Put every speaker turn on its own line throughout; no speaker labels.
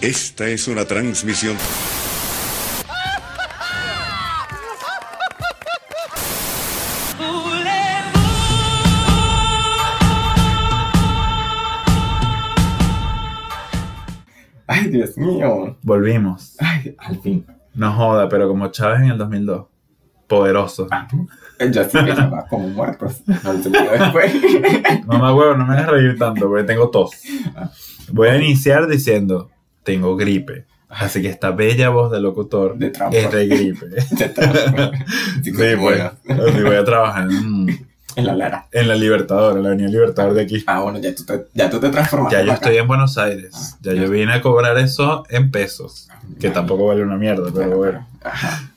Esta es una transmisión.
Ay, Dios mío.
Volvimos.
Ay, al fin.
No joda, pero como Chávez en el 2002. Poderoso.
Yo sí que estaba como muertos. No lo entendí después.
Mamá huevo, no me hagas reír tanto porque tengo tos. Voy a iniciar diciendo, tengo gripe. Así que esta bella voz de locutor
De trampa.
es de gripe.
Te trajo. Sí,
Sí,
que
pues.
bueno.
Así voy a trabajar mm,
En la Lara.
en la Libertadora, en la Avenida Libertador de aquí.
Ah, bueno, ya tú te, ya tú te transformaste.
Ya yo
para
estoy
acá.
en Buenos Aires. Ya yo vine a cobrar eso en pesos. Que tampoco vale una mierda, pero bueno.
Ajá.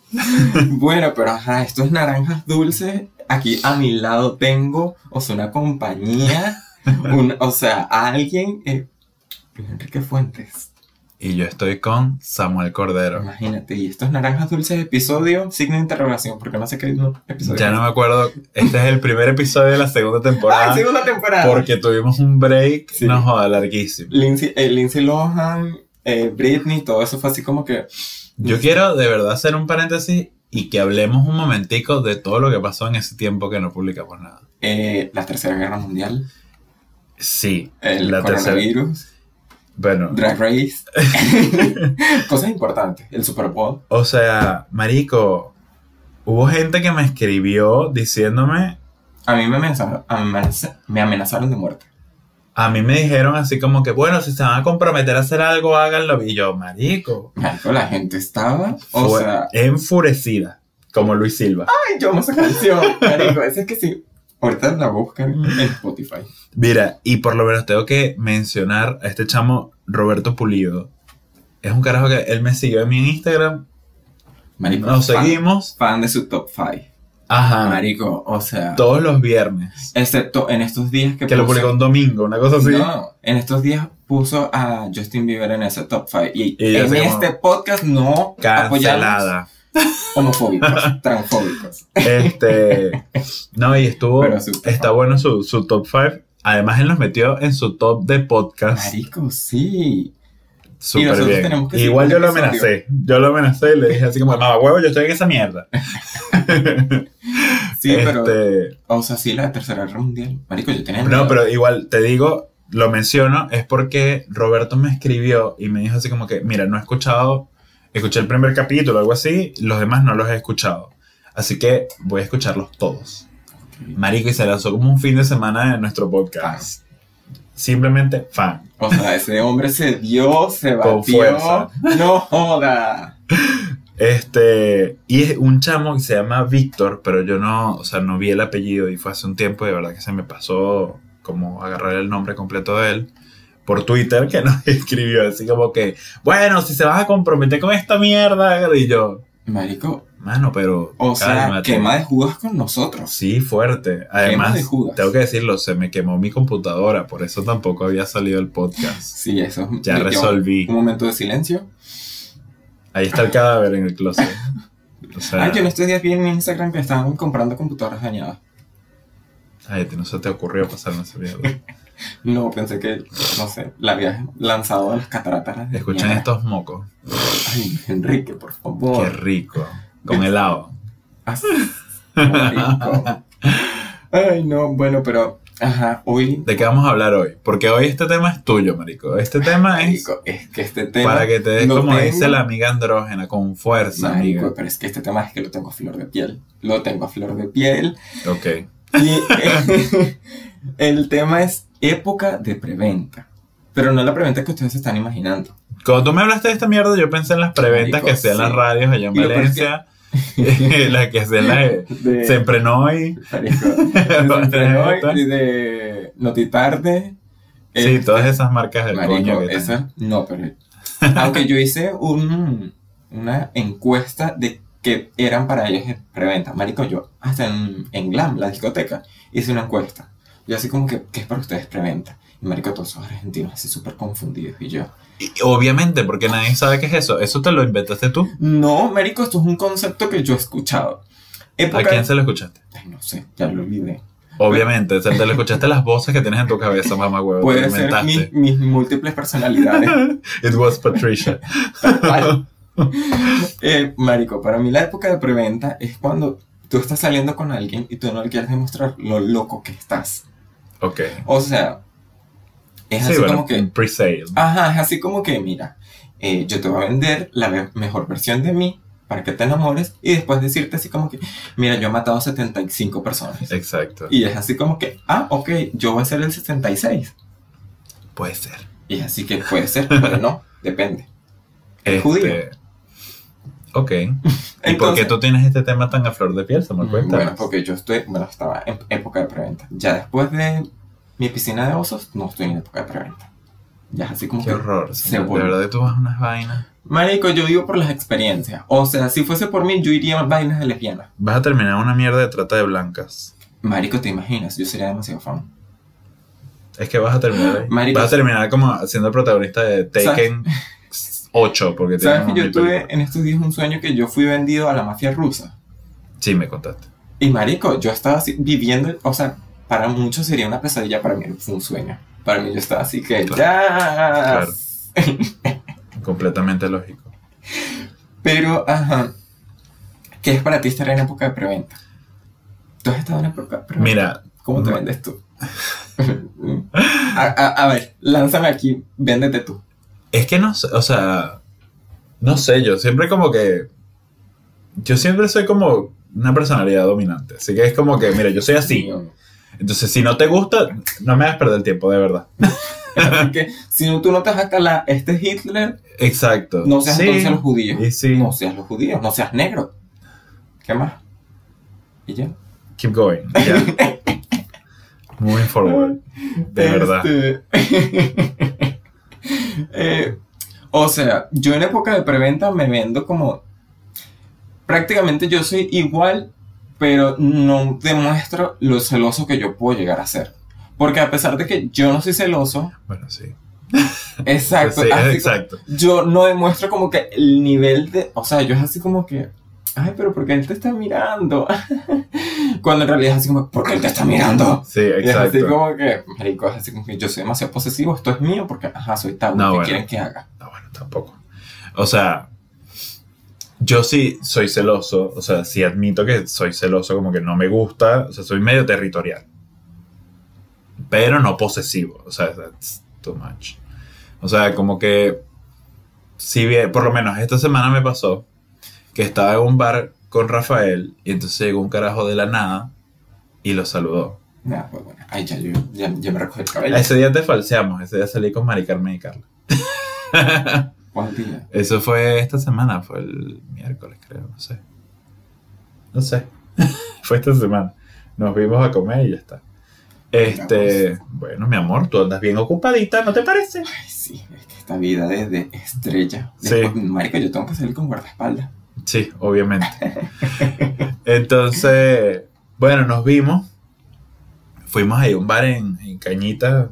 bueno, pero ajá, estos naranjas dulces. Aquí a mi lado tengo, o sea, una compañía. un- o sea, alguien. eh, Luis Enrique Fuentes.
Y yo estoy con Samuel Cordero.
Imagínate. Y estos naranjas dulces episodio, signo de interrogación, porque no sé qué no, episodio.
Ya
es.
no me acuerdo. Este es el primer episodio de la segunda
Ah,
temporada.
segunda temporada.
Porque tuvimos un break,
Sí.
no joda, larguísimo.
Lindsay, eh, Lindsay Lohan, eh, Britney, todo eso fue así como que.
Yo quiero de verdad hacer un paréntesis y que hablemos un momentico de todo lo que pasó en ese tiempo que no publicamos nada.
eh, la Tercera Guerra Mundial,
Sí,
el
la tercera.
coronavirus,
Bueno,
Drag Race, cosas importantes, el Super Bowl.
o sea, marico, hubo gente que me escribió diciéndome,
A mí me amenazaron, amenaza- me amenazaron de muerte.
a mí me dijeron así como que, bueno, si se van a comprometer a hacer algo, háganlo. Y yo, marico,
Marico, la gente estaba, o
fue
sea,
enfurecida, como Luis Silva.
ay, yo amo esa canción, marico, esa es que sí. Ahorita la buscan en Spotify.
Mira, y por lo menos tengo que mencionar a este chamo Roberto Pulido. Es un carajo que él me siguió en mi Instagram.
Marico,
Nos
fan-
seguimos.
Fan de su top 5.
Ajá.
Marico, o sea,
Todos los viernes.
excepto en estos días que,
Que lo
puso-
publicó un domingo, una cosa así.
No, en estos días puso a Justin Bieber en ese top 5. Y,
Y ya
en
se llamó-
este podcast no apoyamos
Cancelada.
homofóbicos, transfóbicos.
Este. No, y estuvo.
Pero su-
Está bueno su, su top 5. Además, él nos metió en su top de podcast.
Marico, sí.
Súper
nosotros
bien.
tenemos que
Igual
seguir
yo
un
lo
episodio.
amenacé. Yo lo amenacé y le dije así como, mamá, huevo, yo estoy en esa mierda.
Sí, pero.
Este,
O sea, sí, la tercera guerra mundial. Marico, yo tenía. miedo.
No, pero igual te digo, lo menciono, es porque Roberto me escribió y me dijo así como que, mira, no he escuchado, escuché el primer capítulo, algo así, los demás no los he escuchado. Así que voy a escucharlos todos. Marico, y se lanzó como un fin de semana en nuestro podcast. Simplemente fan.
O sea, ese hombre se dio, se
Con
batió.
fuerza.
No joda.
Este, y es un chamo que se llama Víctor, pero yo no, o sea, no vi el apellido y fue hace un tiempo y de verdad que se me pasó como agarrar el nombre completo de él por Twitter que nos escribió así como que, bueno, si se vas a comprometer con esta mierda, y yo,
Marico,
mano, pero
o sea,
cálmate".
quema de jugas con nosotros.
Sí, fuerte. Además,
de Judas.
tengo que decirlo, se me quemó mi computadora, por eso tampoco había salido el podcast.
Sí, eso es.
Ya
yo-
resolví.
Un momento de silencio.
Ahí está el cadáver en el closet. O sea,
Ay, yo en estos días vi en Instagram que estaban comprando computadoras dañadas.
ay, a ti no se te ocurrió pasarme esa mierda.
No, pensé que, no sé, la habías lanzado a las cataratas. de
Escuchan
Niagara.
estos mocos.
Ay, Enrique, por
Qué
favor.
rico. Con helado.
Haz- rico. Ay, no, bueno, pero, ajá, hoy,
¿De qué vamos a hablar hoy? Porque hoy este tema es tuyo, marico. Este tema es
marico, es que este tema...
para que te des,
lo
como
tengo-
dice la amiga andrógena, con fuerza,
Marico,
amiga.
pero es que este tema es que lo tengo a flor de piel. Lo tengo a flor de piel.
Ok.
Y eh, el tema es época de preventa. Pero no la preventa que ustedes se están imaginando.
Cuando tú me hablaste de esta mierda, yo pensé en las preventas
Marico,
que hacían las
sí.
radios allá en
Y lo peor es que-
Valencia, las que hacían las
De-
siempre hoy.
Marico,
Preventa.
de, de Notitarde.
Sí,
este,
todas esas marcas del coño
Marico,
que tienen.
esa, no, pero. Aunque yo hice un, una encuesta de que eran para ellos en preventa. Marico, yo hasta en, en Glam, la discoteca, hice una encuesta. Yo así como que, ¿qué es para ustedes preventa? Y marico, todos esos argentinos así súper confundidos. Y yo,
Y Obviamente, porque nadie sabe qué es eso. Eso te lo inventaste tú.
no, marico, esto es un concepto que yo he escuchado.
¿A
Época-
quién se lo escuchaste?
Ay, no sé, ya lo olvidé.
Obviamente, o sea, te lo escuchaste las voces que tienes en tu cabeza, mamá huevo.
Puede
te
ser mi-
inventaste.
mis múltiples personalidades.
It was Patricia.
Ay. Eh, marico, para mí la época de preventa es cuando tú estás saliendo con alguien y tú no le quieres demostrar lo loco que estás.
Ok.
O sea, es
sí,
así
bueno,
como que...
pre-sale.
Ajá, es así como que, mira, eh, yo te voy a vender la ve- mejor versión de mí para que te enamores y después decirte así como que, mira, yo he matado 75 personas.
Exacto.
Y es así como que, ah, ok, yo voy a ser el 76.
Puede ser.
Y es así que puede ser, pero no, depende. ¿Es judío?
Este, Ok. ¿Y por qué tú tienes este tema tan a flor de piel? Se me cuenta.
Mm, Bueno, porque yo estoy, bueno, estaba en época de preventa. Ya después de mi piscina de osos, no estoy en época de preventa. Ya es así como
Qué
que...
horror.
Se
señor. de
vuelve.
verdad que tú vas a unas vainas.
Marico, yo vivo por las experiencias. O sea, si fuese por mí, yo iría a vainas de lesbianas.
Vas a terminar una mierda de trata de blancas.
Marico, te imaginas, yo sería demasiado fan.
Es que vas a terminar. ahí.
Marico.
Vas a terminar como siendo protagonista de Taken 8. Porque
¿Sabes
tienes
que
mil
yo tuve
películas.
en estos días un sueño que yo fui vendido a la mafia rusa?
Sí, me contaste.
Y marico, yo estaba así viviendo, o sea, para muchos sería una pesadilla, para mí fue un sueño. Para mí yo estaba así que
Claro,
ya.
Completamente lógico.
Pero, ajá, ¿qué es para ti estar en época de preventa? ¿Tú has estado en época de preventa?
Mira,
¿Cómo te
no.
vendes tú? a, a- a ver, lánzame aquí, véndete tú.
Es que no sé, o sea, no sé, yo siempre como que, yo siempre soy como una personalidad dominante, así que es como que, mira, yo soy así, entonces si no te gusta, no me hagas perder el tiempo, de verdad.
Así que si no, tú no te vas a calar este Hitler,
Exacto.
No seas entonces los judíos.
Y sí,
No seas los judíos, no seas negro. ¿Qué más? ¿Y ya?
keep going, ya. Moving forward, de verdad.
Este, eh, o sea, yo en época de preventa me vendo como... Prácticamente yo soy igual, pero no demuestro lo celoso que yo puedo llegar a ser. Porque a pesar de que yo no soy celoso,
Bueno, sí.
exacto,
Sí, es
así
exacto.
yo no demuestro como que el nivel de, o sea, yo es así como que, ay, pero porque él te está mirando. Cuando en realidad es así como, porque él te está mirando.
Sí,
Y es así
exacto.
como que, marico, es así como que yo soy demasiado posesivo, esto es mío porque, ajá, soy tabú,
No,
¿qué
bueno.
quieren que haga?
No, bueno, tampoco. O sea, yo sí soy celoso, o sea, sí admito que soy celoso, como que no me gusta, o sea, soy medio territorial. Pero no posesivo, o sea, that's too much. O sea, como que, si bien, por lo menos esta semana me pasó que estaba en un bar con Rafael y entonces llegó un carajo de la nada y lo saludó.
Nada, pues bueno, ay, ya, yo, ya, ya me recogí el cabello.
Ese día te falseamos, ese día salí con Mari Carmen y Carla.
¿Cuál día?
Eso fue esta semana, fue el miércoles, creo, no sé. No sé. fue esta semana. Nos vimos a comer y ya está. Este, bueno, mi amor, tú andas bien ocupadita, ¿no te parece?
Ay, sí, es que esta vida es de estrella.
Sí.
Después, marico, yo tengo que salir con guardaespaldas.
Sí, obviamente. Entonces, bueno, nos vimos. Fuimos ahí a un bar en, en Cañita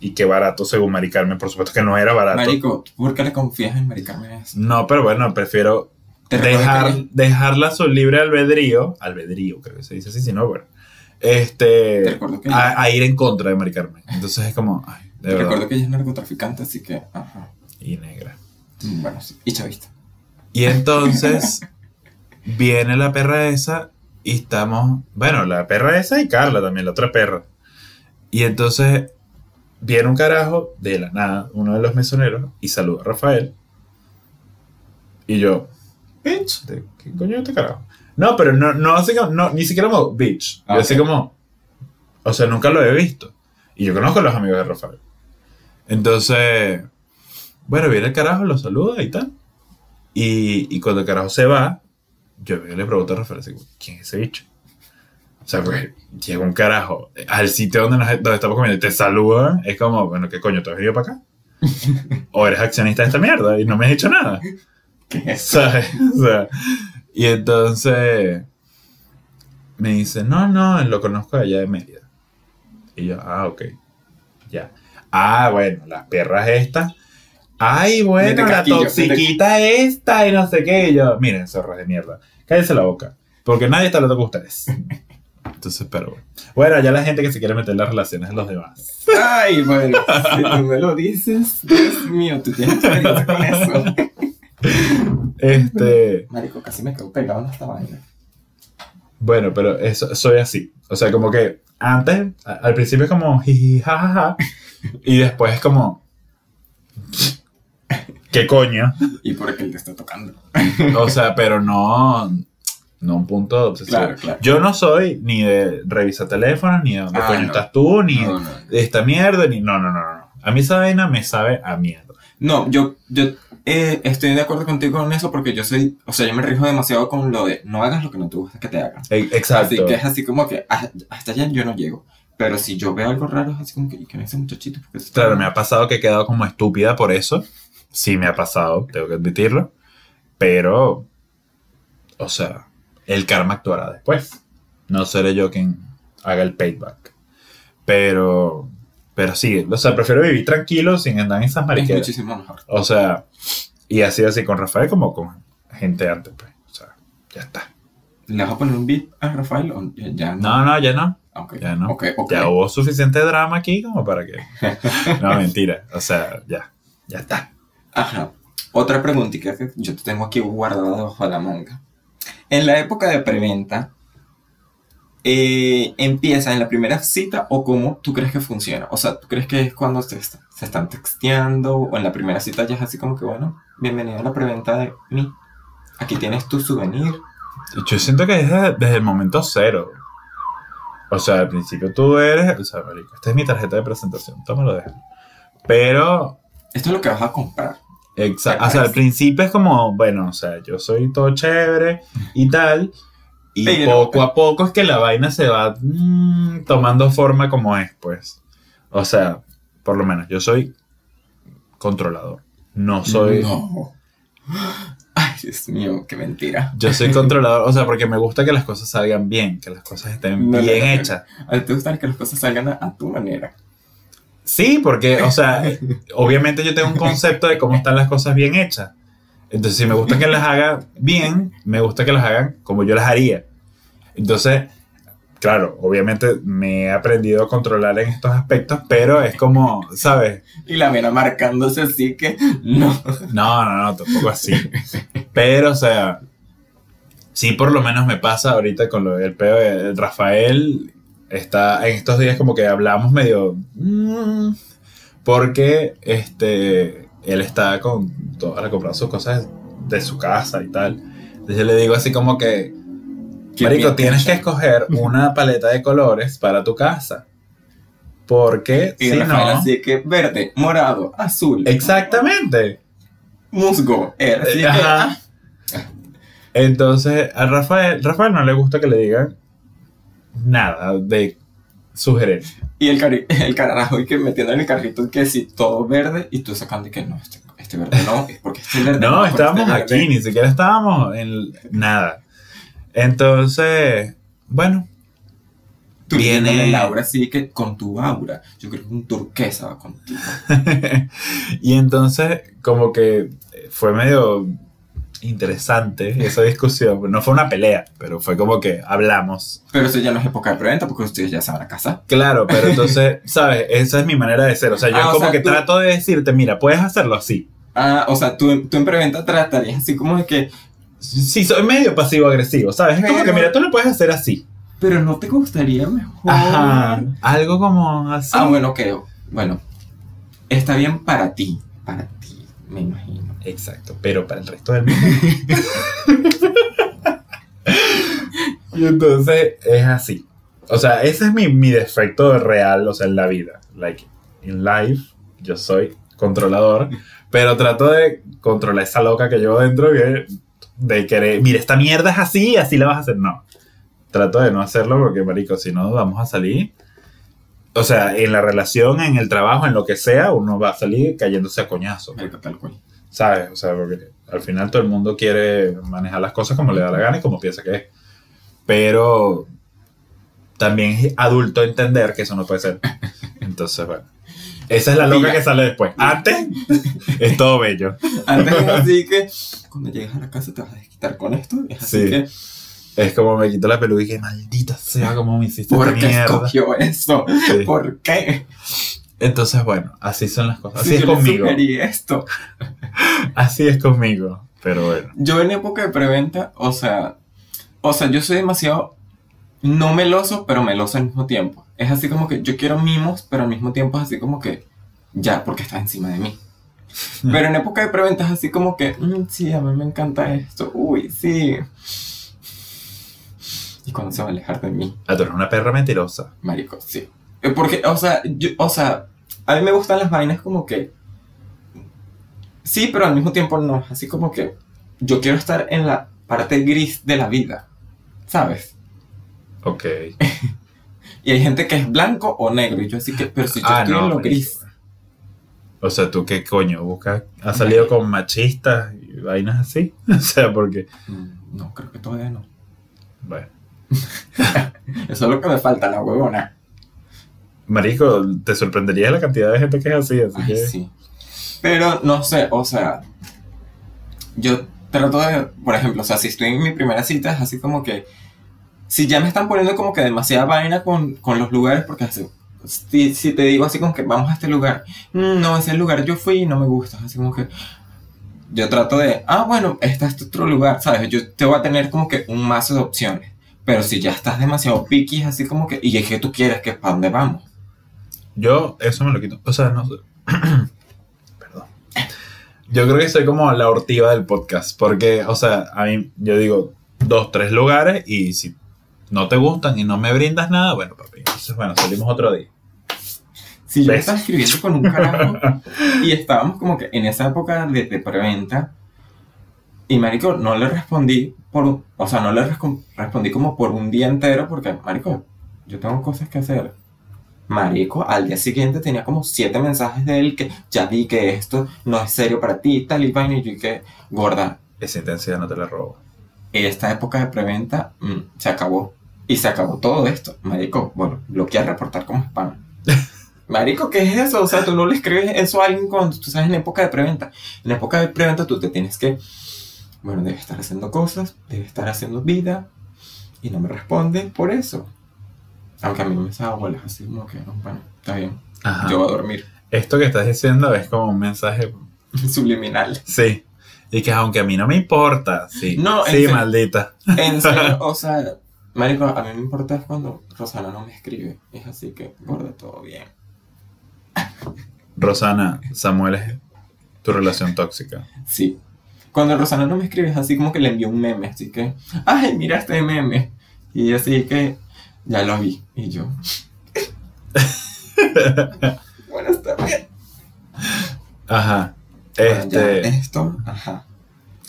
y qué barato, según Mari Carmen, por supuesto que no era barato.
Marico, ¿tú ¿por qué le confías en Mari Carmen eso?
No, pero bueno, prefiero
Te recuerdo
dejar,
que-
dejarla a su libre albedrío, albedrío creo que se dice así, si no, bueno,
Te
este,
recuerdo que...
a, a ir en contra de Mari Carmen. Entonces es como, ay, de
Te
verdad,
recuerdo que ella es narcotraficante, así que, ajá.
y negra.
Mm, Bueno, sí. Y chavista.
Y entonces viene la perra esa y estamos, bueno, la perra esa y Carla también, la otra perra. Y entonces viene un carajo de la nada, uno de los mesoneros, y saluda a Rafael. Y yo, bitch, ¿de ¿qué coño es este carajo? No, pero no, no, así como, no ni siquiera como bitch.
Ah,
Yo así
ok.
como, o sea, nunca lo he visto. Y yo conozco a los amigos de Rafael. Entonces, bueno, viene el carajo, lo saluda y tal. Y, y cuando el carajo se va, yo le pregunto a Rafael, así, ¿quién es ese bicho? O sea, porque llega un carajo al sitio donde, nos- donde estamos comiendo y te saluda. Es como, bueno, ¿qué coño? ¿Tú has venido para acá? ¿O eres accionista de esta mierda y no me has dicho nada?
¿Qué es?
¿Sabes? O sea, y entonces me dice, no, no, lo conozco allá de Mérida. Y yo, ah, ok. Ya. Ah, bueno, las perras estas. Ay, bueno,
Vete,
la
casquillo,
toxiquita esta y no sé qué. Y yo, miren, zorras de mierda. Cállense la boca. Porque nadie está hablando con ustedes. Entonces, pero bueno. Bueno, ya la gente que se quiere meter en las relaciones de los demás.
Ay, bueno, si tú me lo dices, Dios mío, tú tienes experiencia con eso.
Este,
Marico, casi me quedo pegado en esta vaina.
bueno, pero eso, soy así. O sea, como que antes, a- al principio es como jiji, jajaja. Y después es como. ¿Qué coño?
Y por qué él te está tocando.
O sea, pero no. No un punto de obsesión.
Claro, claro.
Yo no soy ni de revisa teléfonos, ni de dónde
Ah,
coño
no.
estás tú, ni
No, no.
de esta mierda, ni. No, no, no, no, no. A mí esa vaina me sabe a mierda.
No, yo, yo eh, estoy de acuerdo contigo en eso porque yo soy, o sea, yo me rijo demasiado con lo de no hagas lo que no te gusta que te hagan.
E- Exacto.
Así que es así como que ah, hasta allá yo no llego. Pero si yo veo algo raro, es así como que, ¿y quién es ese muchachito? Porque se-
Claro, me ha pasado que he quedado como estúpida por eso. Sí, me ha pasado, tengo que admitirlo. Pero. O sea, el karma actuará después. No seré yo quien haga el payback. Pero. Pero sí, o sea, prefiero vivir tranquilo sin andar en esas
es
mariqueras.
muchísimo mejor.
O sea, y así así con Rafael como con gente antes, pues. O sea, ya está.
¿Le vas a poner un beat a Rafael o ya, ya
No, no, ya no.
Ah, ok.
ya no.
Ok, ok.
Ya hubo suficiente drama aquí como para que. No, mentira. O sea, ya. Ya está.
Ajá. Otra preguntita que yo te tengo aquí guardada debajo de la manga. En la época de preventa, eh, ¿empieza en la primera cita o cómo tú crees que funciona? O sea, ¿tú crees que es cuando se, est- se están texteando o en la primera cita ya es así como que, bueno, bienvenido a la preventa de mí? Aquí tienes tu souvenir.
Yo siento que es desde, desde el momento cero. O sea, al principio tú eres. O sea, marico, esta es mi tarjeta de presentación. Tómalo, deja. Pero
Esto es lo que vas a comprar.
Exacto.
Me
O sea, al
parece.
principio es como, bueno, o sea, yo soy todo chévere y tal. Y
Pero-
poco a poco es que la vaina se va mm, tomando forma como es, pues. O sea, por lo menos yo soy controlador. No soy.
No. Ay, Dios mío, qué mentira.
Yo soy controlador, o sea, porque me gusta que las cosas salgan bien, que las cosas estén
No, no,
bien
no, no.
hechas.
A ti te gusta que las cosas salgan a- a tu manera.
Sí, porque, o sea, obviamente yo tengo un concepto de cómo están las cosas bien hechas. Entonces, si me gusta que las haga bien, me gusta que las hagan como yo las haría. Entonces, claro, obviamente me he aprendido a controlar en estos aspectos, pero es como, ¿sabes?
Y la mira marcándose así que no.
No, no, no, tampoco así. Pero, o sea, sí por lo menos me pasa ahorita con lo del peo de Rafael. Está en estos días como que hablamos medio... mm, porque este, él está con toda la comprando sus cosas de su casa y tal. Entonces yo le digo así como que, Marico, tienes que escoger una paleta de colores para tu casa. Porque
Y
si
Rafael
no...
así que verde, morado, azul,
Exactamente.
musgo. Él así que,
Ajá.
ah,
Entonces, a Rafael, Rafael no le gusta que le digan nada de sugerencia.
y el, cari- el carajo y que metiendo en el carrito que sí, todo verde y tú sacando y que no, este, este verde no, es porque este verde
No,
porque este
estábamos
verde.
aquí, ni siquiera estábamos en nada. Entonces, bueno,
Tú
Viene-
viene Laura así que con tu aura, yo creo que un turquesa va contigo.
y entonces como que fue medio interesante esa discusión. No fue una pelea, pero fue como que hablamos.
Pero eso ya no es época de preventa porque ustedes ya se van a casar.
Claro, pero entonces, ¿sabes? Esa es mi manera de ser. O sea, yo
Ah, o
como
sea,
que
tú-
trato de decirte, mira, puedes hacerlo así.
Ah, o sea, tú, en- tú en preventa tratarías así como de que,
Sí, soy medio pasivo-agresivo, ¿sabes? Es como que,
Pero-
mira, tú lo puedes hacer así.
pero no te gustaría mejor.
Ajá. Algo como así.
Ah, bueno, ok. Bueno, está bien para ti. Para ti, me imagino.
Exacto, pero para el resto del mundo. y entonces es así. O sea, ese es mi, mi defecto real, o sea, en la vida. Like, in life, yo soy controlador, pero trato de controlar esa loca que llevo dentro que de querer, mira, esta mierda es así, así la vas a hacer. No. Trato de no hacerlo porque, marico, si no, vamos a salir. O sea, en la relación, en el trabajo, en lo que sea, uno va a salir cayéndose a coñazo.
Marico, tal cual.
¿Sabes? O sea, porque al final todo el mundo quiere manejar las cosas como le da la gana y como piensa que es. Pero también es adulto entender que eso no puede ser. Entonces, bueno. Esa es la loca
Mira.
que sale después. Antes es todo bello.
Antes era así que cuando llegues a la casa te vas a desquitar con esto. Es así
Sí.
que
Es como me quito la peluca y que maldita sea como me hiciste esta
¿Por qué
mierda.
escogió eso?
Sí.
¿Por qué?
Entonces, bueno, así son las cosas. Así
Si
es
yo le
conmigo.
sugerí esto.
Así es conmigo. Pero bueno.
Yo en época de preventa, o sea, o sea, yo soy demasiado no meloso, pero meloso al mismo tiempo. Es así como que yo quiero mimos, pero al mismo tiempo es así como que ya, porque estás encima de mí. Pero en época de preventa es así como que, "Mm, sí, a mí me encanta esto, uy, sí. ¿Y cuando se va a alejar de mí?
Ah, tú eres una perra mentirosa.
Marico, sí. Eh, Porque, o sea, yo- o sea, a mí me gustan las vainas como que. Sí, pero al mismo tiempo no. Así como que yo quiero estar en la parte gris de la vida, ¿sabes?
Ok.
Y hay gente que es blanco o negro. Y yo así que, pero si yo
ah,
estoy en lo
marico.
gris.
O sea, ¿tú qué coño buscas? ¿Has salido con machistas y vainas así? O sea, porque...
Mm, No, creo que todavía no.
Bueno.
Eso es lo que me falta, la huevona.
Marico, te sorprendería la cantidad de gente que es así, así
Ay,
que...
sí. Pero no sé, o sea, yo trato de, por ejemplo, o sea, si estoy en mi primera cita, es así como que, si ya me están poniendo como que demasiada vaina con, con los lugares, porque así, si, si te digo así como que vamos a este lugar, "Mm, no, ese lugar yo fui y no me gusta, así como que, yo trato de, ah, bueno, este es otro lugar, ¿sabes? Yo te voy a tener como que un mazo de opciones. Pero si ya estás demasiado piqui, es así como que, ¿y es que tú quieres que para dónde vamos?
Yo, eso me lo quito. O sea, no sé. Perdón. Yo creo que soy como la ortiva del podcast. Porque, o sea, a mí, yo digo dos, tres lugares y si no te gustan y no me brindas nada, bueno, papi. Entonces, bueno, salimos otro día.
Si yo
¿Ves?
estaba escribiendo con un carajo y estábamos como que en esa época de, de preventa y marico no le respondí por un- o sea no le rescon- respondí como por un día entero porque marico yo tengo cosas que hacer marico al día siguiente tenía como siete mensajes de él que ya vi que esto no es serio para ti tal y vaina y yo que gorda
Esa intensidad no te la robo.
esta época de preventa mm, se acabó y se acabó todo esto marico bueno bloquear reportar como spam Marico, ¿qué es eso? O sea, tú no le escribes eso a alguien cuando tú estás en época de preventa. En época de preventa tú te tienes que, bueno, debe estar haciendo cosas, debe estar haciendo vida y no me responde por eso. Aunque a mí me estaba bolas así como que, no, bueno, está bien,
Ajá.
yo voy a dormir.
Esto que estás diciendo es como un mensaje.
Subliminal.
Sí. Y que aunque a mí no me importa, sí.
No, en
sí,
serio.
maldita.
En serio, o sea, Marico, a mí me importa es cuando Rosana no me escribe. Es así que, gorda, todo bien.
Rosana, Samuel es tu relación tóxica.
Sí. Cuando Rosana no me escribe, es así como que le envió un meme, así que, ay, mira este meme. Y así que, ya lo vi. Y yo, bueno, está bien.
Ajá.
Bueno,
Este.
Ah, ya, esto, ajá.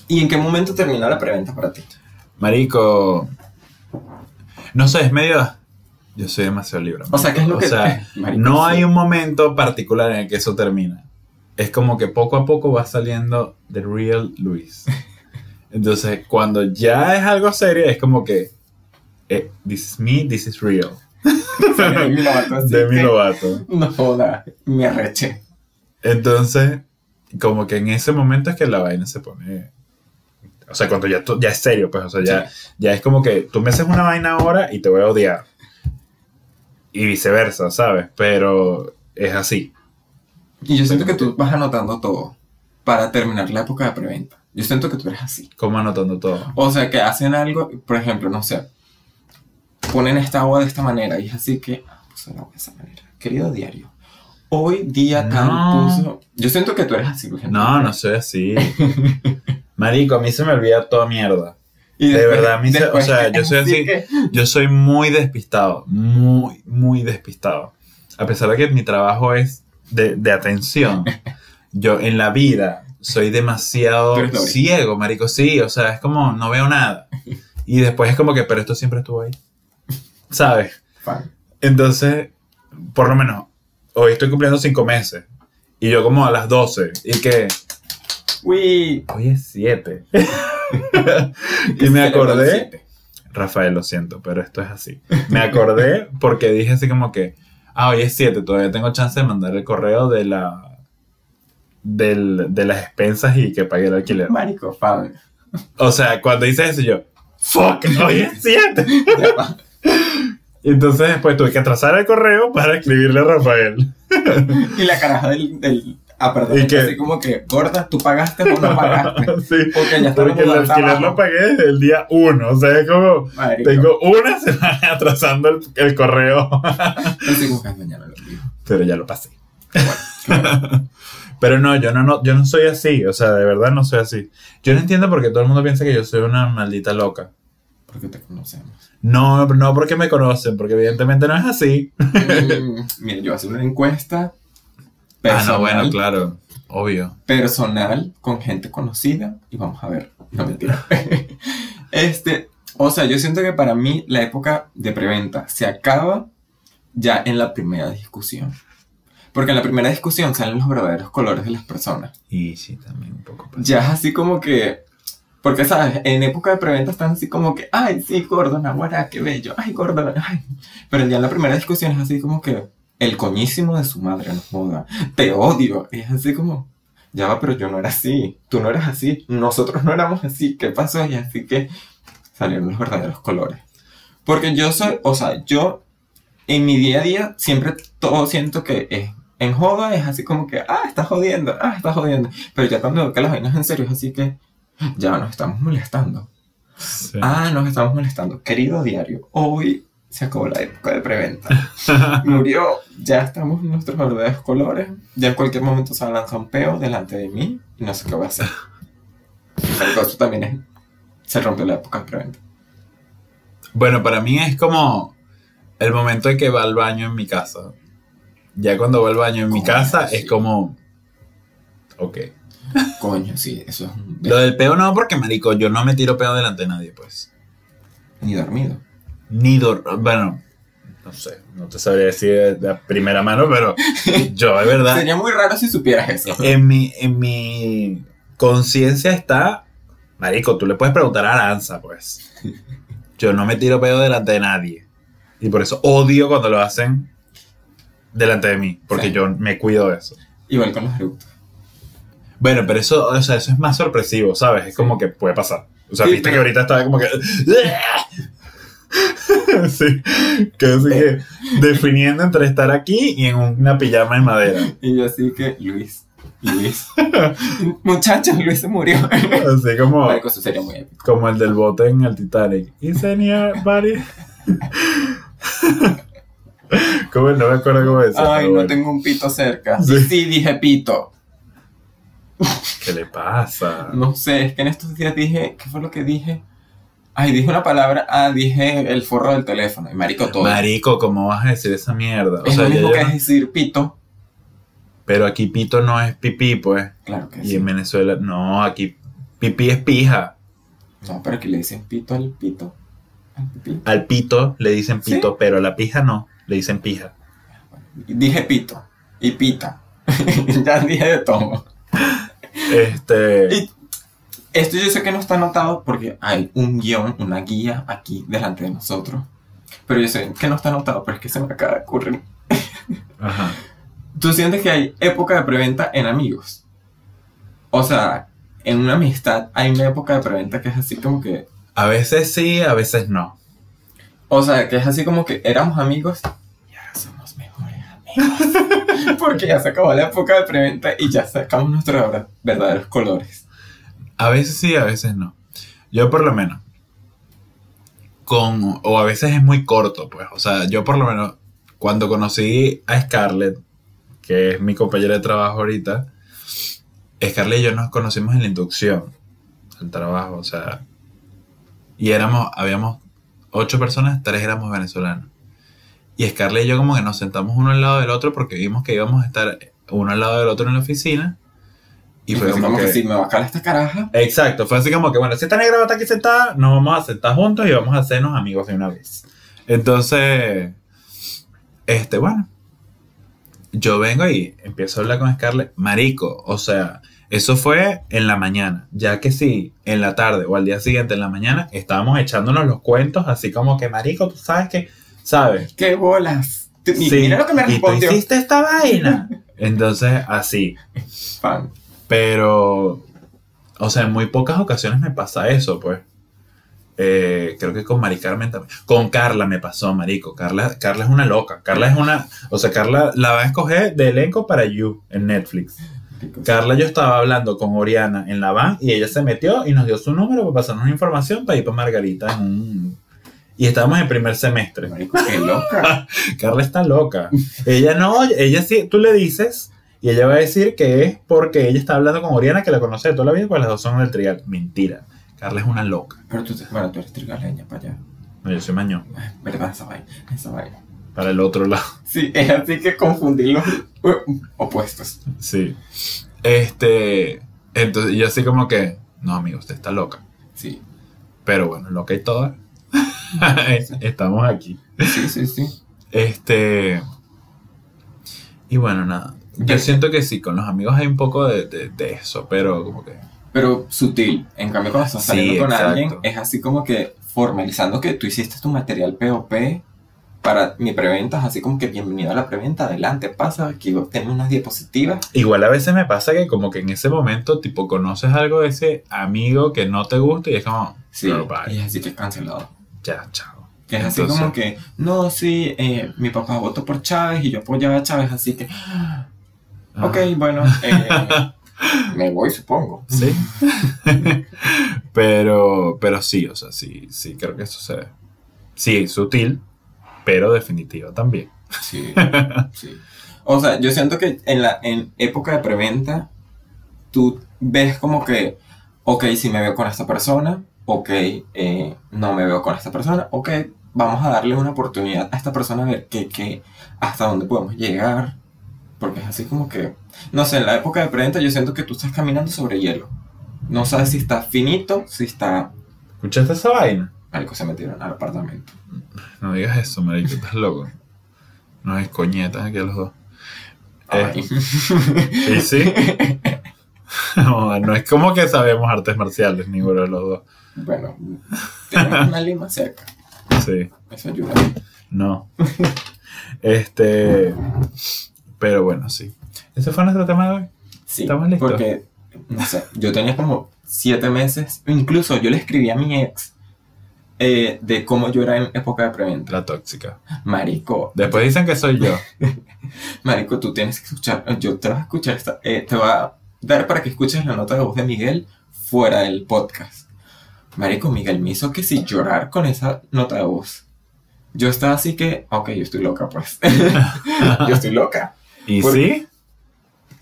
¿Y en qué momento terminó la preventa para ti?
Marico. No sé, es medio. Yo soy demasiado libre.
O sea, ¿qué es lo
o
que.?
sea,
Marico,
no
sí.
hay un momento particular en el que eso termina. Es como que poco a poco va saliendo The Real Luis. Entonces, cuando ya es algo serio, es como que. eh, this is me, this is real.
Demi Lovato, así
Demi
que,
Lovato.
No joda, me arreché.
Entonces, como que en ese momento es que la vaina se pone. O sea, cuando ya, tú- ya es serio, pues, o sea, ya, ya es como que tú me haces una vaina ahora y te voy a odiar. Y viceversa, ¿sabes? Pero es así.
Y yo siento que tú vas anotando todo para terminar la época de preventa. Yo siento que tú eres así.
Como anotando todo.
O sea, que hacen algo, por ejemplo, no sé, ponen esta agua de esta manera y es así que, ah, puso el agua de esa manera. Querido diario, hoy día tal
No.
puso. Yo siento que tú eres así, por ejemplo.
No, no soy así. Marico, a mí se me olvida toda mierda.
Y
de verdad, a mí se- o
después
sea,
es
yo soy así.
que-
Yo soy muy despistado, muy, muy despistado. A pesar de que mi trabajo es de, de atención, yo en la vida soy demasiado
Tú eres doble.
ciego, marico. Sí, o sea, es como no veo nada. Y después es como que, pero esto siempre estuvo ahí. ¿Sabes?
fan.
Entonces, por lo menos, hoy estoy cumpliendo cinco meses. Y yo como a las 12. Y que,
Uy.
hoy es 7. y me acordé. Rafael, lo siento, pero esto es así. Me acordé porque dije así como que, ah, hoy es 7, todavía tengo chance de mandar el correo de la del- de las expensas y que pague el alquiler.
Marico, fan.
O sea, cuando hice eso yo, fuck, hoy es 7.
Ya va.
Entonces después tuve que atrasar el correo para escribirle a Rafael.
Y la caraja del, del apartamento,
¿Y qué?
así como que, gorda, tú pagaste o no pagaste.
sí,
Porque ya está
porque el
la mudanza
alquiler lo
abajo.
pagué desde el día 1. O sea, es como...
Marico,
Tengo una semana atrasando el, el correo.
Estoy buscando mañana lo digo.
Pero ya lo pasé. Pero no, yo no, no, yo no soy así. O sea, de verdad no soy así. Yo no entiendo por qué todo el mundo piensa que yo soy una maldita loca.
Porque te conocemos.
No, no porque me conocen, porque evidentemente no es así.
Mm, Mira, yo hacer una encuesta personal,
Ah, claro. Obvio.
personal con gente conocida y vamos a ver. No mentira. este, o sea, yo siento que para mí la época de preventa se acaba ya en la primera discusión. Porque en la primera discusión salen los verdaderos colores de las personas.
Y sí, también un poco. pasa.
pues. ya es así como que. Porque, ¿sabes? En época de preventa están así como que, ay, sí, Gordon, ahora qué bello, ay, Gordon, ay. Pero ya en la primera discusión es así como que, el coñísimo de su madre nos joda, te odio. Y es así como, ya va, pero yo no era así, tú no eras así, nosotros no éramos así, ¿qué pasó? Y así que salieron los verdaderos colores. Porque yo soy, o sea, yo en mi día a día siempre todo siento que es en joda, es así como que, ah, estás jodiendo, ah, estás jodiendo. Pero ya cuando veo que las vainas en serio es así que, ya nos estamos molestando.
Sí.
Ah, nos estamos molestando. Querido diario, hoy se acabó la época de preventa. Murió, ya estamos en nuestros verdaderos colores. Ya en cualquier momento se va a lanzar un peo delante de mí y no sé qué voy a hacer. Pero eso también es. Se rompió la época de preventa.
Bueno, para mí es como el momento en que va al baño en mi casa. Ya cuando va al baño en mi
Coño,
casa
sí.
es como... Ok.
Coño, sí, eso es un.
Lo del peo no, porque marico, yo no me tiro peo delante de nadie, pues.
Ni dormido.
Ni dor... Bueno, no sé, no te sabría decir de- de primera mano, pero yo de verdad...
Sería muy raro si supieras eso.
en mi, en mi conciencia está, marico, tú le puedes preguntar a Aranza, pues. Yo no me tiro pedo delante de nadie. Y por eso odio cuando lo hacen delante de mí, porque
Sí.
yo me cuido de eso.
Igual con los eructos.
Bueno, pero eso, o sea, eso es más sorpresivo, ¿sabes? Es como que puede pasar. O sea,
Sí,
viste
pero-
que ahorita estaba como que... sí, que así que definiendo entre estar aquí y en una pijama de madera.
Y yo así que, Luis, Luis. Muchachos, Luis se murió.
Así como...
Marico, eso sería muy épico.
Como el del bote en el Titanic. Is anybody? ¿Cómo es? No me acuerdo cómo es.
Ay,
pero
no
bueno.
tengo un pito cerca.
Sí.
Sí, dije pito.
¿Qué le pasa?
No sé, es que en estos días dije, ¿qué fue lo que dije? Ay, dije una palabra, ah, dije el forro del teléfono. Y marico todo.
Marico, ¿cómo vas a decir esa mierda? O
es
sea,
lo
ya
mismo
yo
que
no-
decir pito.
Pero aquí pito no es pipí, pues.
Claro que
Y
sí.
en Venezuela, no, aquí pipí es pija.
No, pero que le dicen pito al pito. Al pipí.
Al pito le dicen
¿Sí?
pito, pero a la pija no, le dicen pija.
Dije pito. Y pita. ya dije de todo.
Este,
Y- Esto yo sé que no está anotado porque hay un guión, una guía aquí delante de nosotros. Pero yo sé que no está anotado, pero es que se me acaba de ocurrir.
ajá.
¿Tú sientes que hay época de preventa en amigos? O sea, en una amistad hay una época de preventa que es así como que...
A veces sí, a veces no.
O sea, que es así como que éramos amigos y ahora somos mejores amigos. Porque ya se acabó la época de preventa y ya sacamos nuestros verdad- verdaderos colores.
A veces sí, a veces no. Yo por lo menos. Con, o a veces es muy corto, pues. O sea, yo por lo menos, cuando conocí a Scarlett, que es mi compañera de trabajo ahorita, Scarlett y yo nos conocimos en la inducción al trabajo, o sea. Y éramos, habíamos ocho personas, tres éramos venezolanos. Y Scarlett y yo como que nos sentamos uno al lado del otro porque vimos que íbamos a estar uno al lado del otro en la oficina. Y, fue
así
como, que,
si me va a calar esta caraja,
Exacto, fue así como que, bueno, si esta negra va a estar aquí sentada, nos vamos a sentar juntos y vamos a hacernos amigos de una vez. Entonces, este, bueno, yo vengo y empiezo a hablar con Scarlett, marico, o sea, eso fue en la mañana, ya que sí, en la tarde o al día siguiente en la mañana, estábamos echándonos los cuentos, así como que, marico, tú sabes que, ¿sabes?
qué bolas. Tú- mi-
Sí,
Mira lo que me
y tú
respondió.
hiciste esta vaina. Entonces, así.
Fan.
Pero, o sea, en muy pocas ocasiones me pasa eso, pues. Eh, creo que con Mari Carmen también. Con Carla me pasó, marico. Carla, Carla es una loca. Carla es una... O sea, Carla la va a escoger de elenco para You en Netflix. Carla, yo estaba hablando con Oriana en la van y ella se metió y nos dio su número para pasarnos información para ir para Margarita en un... Y estábamos en primer semestre.
Marico, qué loca.
Carla está loca. Ella no, ella sí, tú le dices y ella va a decir que es porque ella está hablando con Oriana que la conoce de toda la vida, pues las dos son del trigal. Mentira. Carla es una loca.
Pero tú, bueno, tú eres trigaleña para allá.
No, yo soy mañón.
Ay, ¿Verdad? Esa vaina. Esa vaina.
Para el otro lado.
Sí, es así que confundí los u- opuestos.
Sí. Este. Entonces, yo así como que. No, amigo, usted está loca.
Sí,
Pero bueno, loca y toda. Estamos aquí.
sí, sí, sí.
Este. Y bueno, nada. Yo siento que sí, con los amigos hay un poco de, de- de eso, pero como que.
Pero sutil. En cambio, cuando estás
Sí,
saliendo con
exacto.
alguien, es así como que formalizando que tú hiciste tu material POP para mi preventa, es así como que bienvenido a la preventa, adelante, pasa, aquí tenemos unas diapositivas.
Igual a veces me pasa que como que en ese momento, tipo, conoces algo de ese amigo que no te gusta y es como.
Sí,
"Bro, bye".
y es así que es cancelado.
Ya, chao.
Que es así
Entonces-
como que, no, sí, eh, mi papá votó por Chávez y yo apoyaba a Chávez, así que,
Ah.
ok, bueno, eh, me voy, supongo.
Sí. pero, pero sí, o sea, sí, sí, creo que sucede. Sí, sutil, pero definitivo también.
Sí, sí. O sea, yo siento que en la en época de preventa, tú ves como que, ok, si me veo con esta persona, ok, eh, no me veo con esta persona, ok, vamos a darle una oportunidad a esta persona a ver qué, qué, hasta dónde podemos llegar. Porque es así como que, no sé, en la época de preventa yo siento que tú estás caminando sobre hielo. No sabes si está finito, si está...
¿Escuchaste esa vaina?
Algo se metieron al apartamento.
No digas eso, marico, estás loco. Nos escoñetas aquí a los dos. Eh,
Ay.
¿Y sí? no, no es como que sabemos artes marciales, ninguno de los dos.
Bueno, tenemos una lima cerca.
Sí,
Eso ayuda.
no. Este. Pero bueno, sí. Ese fue nuestro tema de hoy.
Sí,
¿Estamos listos?
porque, no sé, yo tenía como siete meses, incluso yo le escribí a mi ex eh, de cómo yo era en época de preventa.
La tóxica.
Marico,
Después dicen que soy yo.
marico, tú tienes que escuchar, yo te voy a escuchar, esta- eh, te voy a dar para que escuches la nota de voz de Miguel fuera del podcast. Marico, Miguel me hizo que si llorar con esa nota de voz. Yo estaba así que, ok, yo estoy loca pues. yo estoy loca.
¿Y
Por-
sí?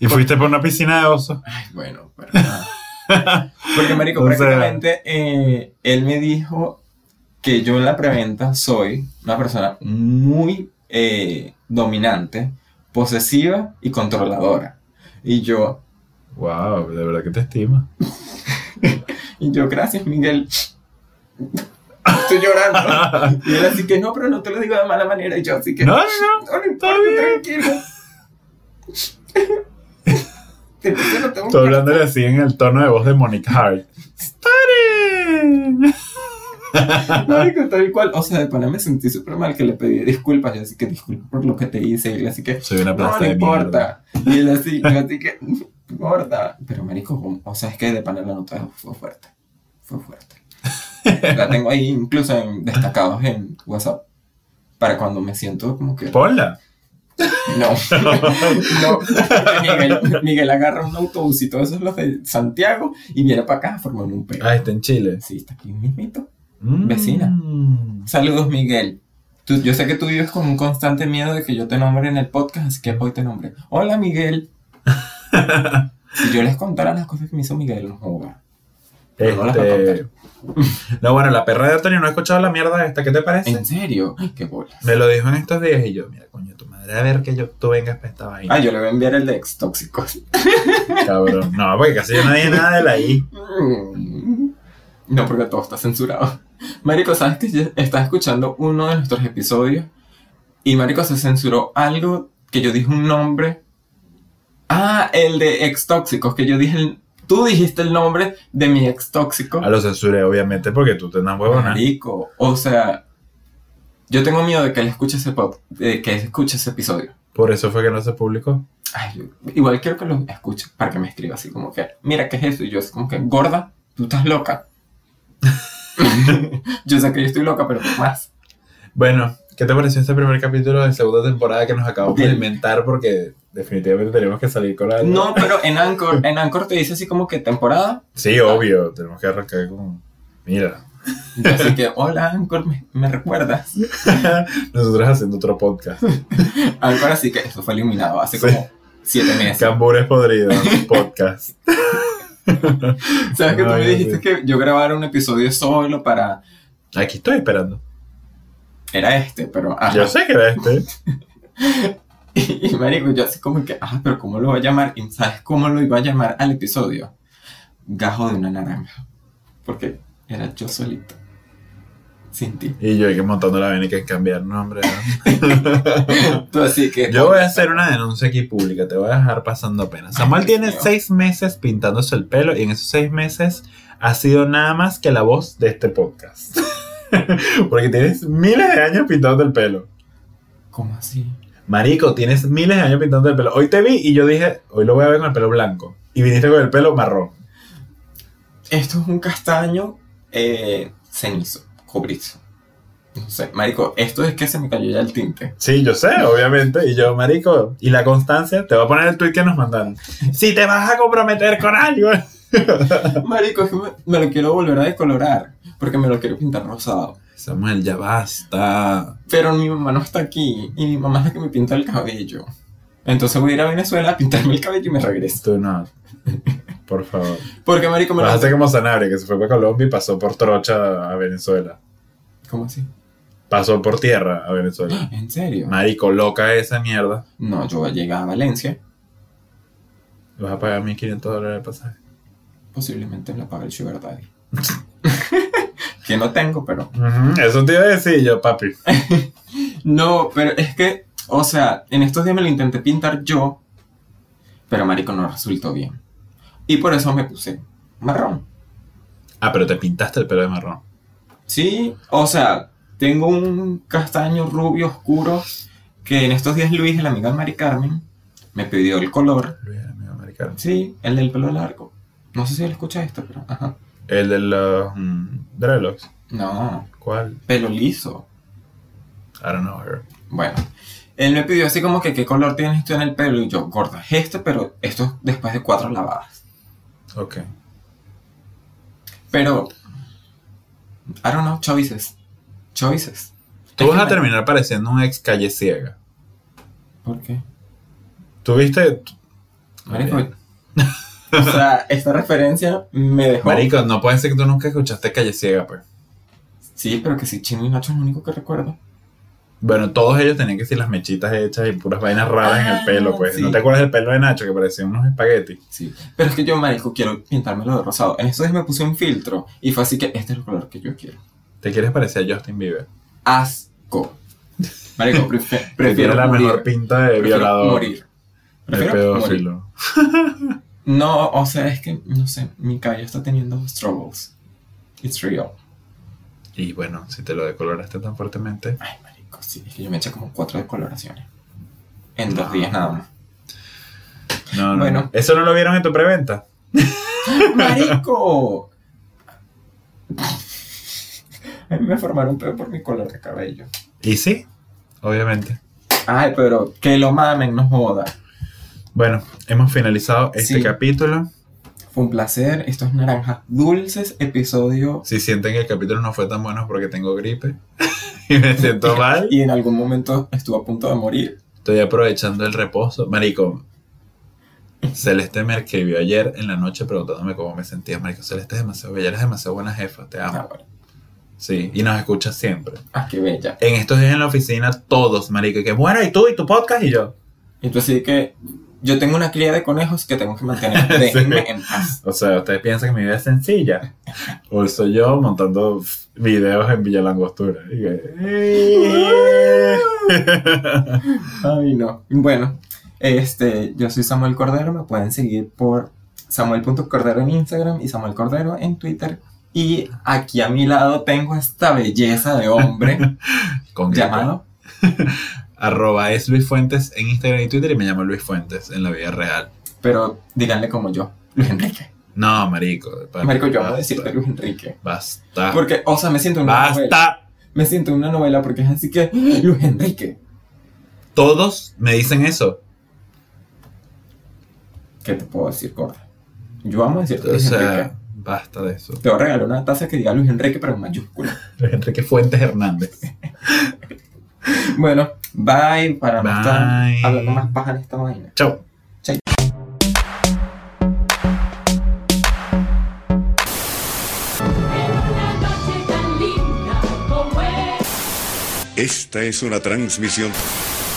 ¿Y fuiste por una piscina de osos?
Ay, bueno, pero nada. Porque, marico,
O sea-
prácticamente eh, él me dijo que yo en la preventa soy una persona muy eh, dominante, posesiva y controladora. Y yo,
Wow, de verdad que te estima.
y yo, gracias, Miguel. Estoy llorando. Y él así que no, pero no te lo digo de mala manera. Y yo así que
No, no, no,
no, importa,
bien.
tranquilo. Te- yo no tengo que-
Estoy hablándole así en el tono de voz de Monica Hart. ¡Starry!
Marico, tal cual. O sea, de pana me sentí súper mal que le pedí disculpas. Yo así que disculpa por lo que te hice. Y él así que,
Soy una
no,
plasta
no
de mierda.
importa. Y él así, yo así que, no importa. Pero marico, como- o sea, es que de pana la nota fue fuerte. Fue fuerte. La tengo ahí incluso en destacados en WhatsApp. Para cuando me siento como que...
Ponla.
No. no. Miguel, Miguel agarra un autobús y todo eso es lo de Santiago y viene para acá a formarme un peo.
Ah, está en Chile.
Sí, está aquí mismito.
Mm.
Vecina. Saludos, Miguel. Tú- yo sé que tú vives con un constante miedo de que yo te nombre en el podcast, así que hoy te nombré. Hola, Miguel. si yo les contara las cosas que me hizo Miguel, no joda. Pero no las va a
Este... No, bueno, la perra de Antonio no ha escuchado la mierda esta. ¿Qué te parece?
¿En serio? Ay, qué bolas.
Me lo dijo en estos días y yo, mira, coño, tu madre, a ver que yo, tú vengas para esta
Ah,
vaina.
yo le voy a enviar el de ex tóxicos.
Cabrón. No, porque casi yo no dije nada de la I.
Mm. No, porque todo está censurado. Marico, ¿sabes que ya estaba escuchando uno de nuestros episodios? Y Marico se censuró algo que yo dije un nombre. Ah, el de ex tóxicos, que yo dije el- Tú dijiste el nombre de mi ex tóxico.
A lo censuré, obviamente, porque tú te das huevona.
Marico, o sea, yo tengo miedo de que él escuche ese pod- de que él escuche ese episodio.
Por eso fue que no se publicó.
Ay, yo- igual quiero que lo escuche para que me escriba así como que, mira, ¿qué es eso? Y yo es como que, gorda, tú estás loca. yo sé que yo estoy loca, pero más.
Bueno, ¿qué te pareció este primer capítulo de segunda temporada que nos acabamos de
Del-
inventar? Porque definitivamente tenemos que salir con algo.
No, pero en Anchor, en Anchor te dice así como que temporada.
Sí, obvio, tenemos que arrancar con... Mira,
Así que, hola Anchor, ¿me, me recuerdas?
nosotros haciendo otro podcast.
Anchor, así que eso fue eliminado hace
Sí.
como siete meses.
Cambures podridos, podcast.
¿Sabes que tú
No,
me
yo
dijiste
sé.
que yo grabara un episodio solo para...
Aquí estoy esperando.
Era este, pero... ajá.
Yo sé que era este.
Y marico, yo así como que, ah, pero ¿cómo lo voy a llamar? ¿Y sabes cómo lo iba a llamar al episodio? Gajo de una naranja. Porque era yo solito. Sin ti.
Y yo aquí montando la vena y que cambiar nombre. ¿no?
Tú así que...
Yo voy a hacer una denuncia aquí pública, te voy a dejar pasando pena. Samuel
Ay,
tiene
Dios.
seis meses pintándose el pelo y en esos seis meses ha sido nada más que la voz de este podcast. Porque tienes miles de años pintando el pelo.
¿Cómo así?
Marico, tienes miles de años pintando el pelo. Hoy te vi y yo dije, hoy lo voy a ver con el pelo blanco. Y viniste con el pelo marrón.
Esto es un castaño eh, cenizo, cobrizo. No sé, marico, esto es que se me cayó ya el tinte.
Sí, yo sé, obviamente. Y yo, marico, y la constancia, te voy a poner el tweet que nos mandaron. Si te vas a comprometer con algo.
Marico, es que me, me lo quiero volver a decolorar. Porque me lo quiero pintar rosado.
Samuel, ya basta.
Pero mi mamá no está aquí. Y mi mamá es la que me pinta el cabello. Entonces voy a ir a Venezuela a pintarme el cabello y me regreso.
Tú no. Por favor.
Porque marico me lo
Vas a ser como Sanabria, que se fue para Colombia y pasó por trocha a Venezuela.
¿Cómo así?
Pasó por tierra a Venezuela.
¿En serio?
Marico, loca esa mierda.
No, yo voy a llegar a Valencia.
Vas a pagar 1.500 dólares de pasaje.
Posiblemente la pague el Sugar Daddy. que no tengo, pero.
Ujú, Eso te iba a decir yo, papi.
No, pero es que, o sea, en estos días me lo intenté pintar yo. Pero marico no resultó bien. Y por eso me puse marrón.
Ah, pero te pintaste el pelo de marrón.
Sí, o sea, tengo un castaño rubio oscuro que en estos días Luis, el amigo de Mari Carmen, me pidió el color.
Luis, el amigo americano.
Sí, el del pelo largo. No sé si él escucha esto, pero ajá.
El de los mm, dreadlocks.
No,
¿Cuál?
pelo liso.
I don't know. girl.
Bueno, él me pidió así como que qué color tienes tú en el pelo y yo, gorda, es este, pero esto es después de cuatro lavadas.
Ok.
Pero, I don't know, choices. Choices.
Tú
Es
vas
que
a
me-
terminar pareciendo un ex calle ciega.
¿Por qué?
¿Tuviste?
Marico, o sea, esta referencia me dejó.
Marico, no puede ser que tú nunca escuchaste calle ciega, pues.
Sí, pero que sí, Chino y Nacho es lo único que recuerdo.
Bueno, todos ellos tenían que ser las mechitas hechas y puras vainas raras en el
Ah,
pelo, pues.
sí.
¿No te acuerdas del pelo de Nacho que parecía unos espaguetis?
Sí. Pero es que yo, marico, quiero pintármelo de rosado. En estos días me puse un filtro y fue así que este es el color que yo quiero.
¿Te quieres parecer a Justin Bieber?
Asco. Marico, prefe-
Que
prefiero
tiene la
morir.
mejor pinta de
Prefiero
violador,
morir.
de
Prefiero morir.
pedófilo.
No, o sea, es que, no sé, mi cabello está teniendo struggles. It's real.
Y bueno, si te lo decoloraste tan fuertemente.
Ay, marico, sí, es que yo me eché como cuatro decoloraciones. En dos días nada más.
No, no.
Bueno.
¿Eso no lo vieron en tu preventa?
¡Marico! A mí me formaron peor por mi color de cabello.
Y sí, obviamente.
Ay, pero que lo mamen, no joda.
Bueno, hemos finalizado este
Sí.
capítulo.
Fue un placer. Esto es Naranjas Dulces, episodio.
Si sienten que el capítulo no fue tan bueno es porque tengo gripe y me siento mal,
Y en algún momento estuvo a punto de morir.
estoy aprovechando el reposo. Marico, Celeste me escribió ayer en la noche preguntándome cómo me sentía. Marico, Celeste es demasiado bella, eres demasiado buena jefa, te
Ah,
amo.
bueno.
Sí, y nos escucha siempre.
Ah, qué bella.
En estos días en la oficina, todos, marico, y que bueno, y tú, y tu podcast, y yo.
Entonces, que yo tengo una cría de conejos que tengo que mantener. Déjenme en paz.
O sea, ustedes piensan que mi vida es sencilla. O soy yo montando f- videos en Villa Langostura. Y que-
Ay, no. Bueno, este, yo soy Samuel Cordero. Me pueden seguir por samuel.cordero en Instagram y Samuel Cordero en Twitter. Y aquí a mi lado tengo esta belleza de hombre
Con gripe.
llamado.
Arroba es Luis Fuentes en Instagram y Twitter y me llamo Luis Fuentes en la vida real.
Pero díganle como yo, Luis Enrique.
No, marico. pa-
Marico, yo amo
basta,
decirte Luis Enrique.
Basta.
Porque, o sea, me siento en una novela.
Basta.
Me siento en una novela porque es así que Luis Enrique.
Todos me dicen eso.
¿Qué te puedo decir, gorda? Yo amo decirte
O
Luis Enrique.
sea, basta de eso.
Te voy a regalar una taza que diga Luis Enrique, pero en mayúscula.
Luis Enrique Fuentes Hernández.
Bueno, bye para no
Bye.
estar hablando más paja en esta vaina.
Chao.
noche tan linda como es.
Esta es una transmisión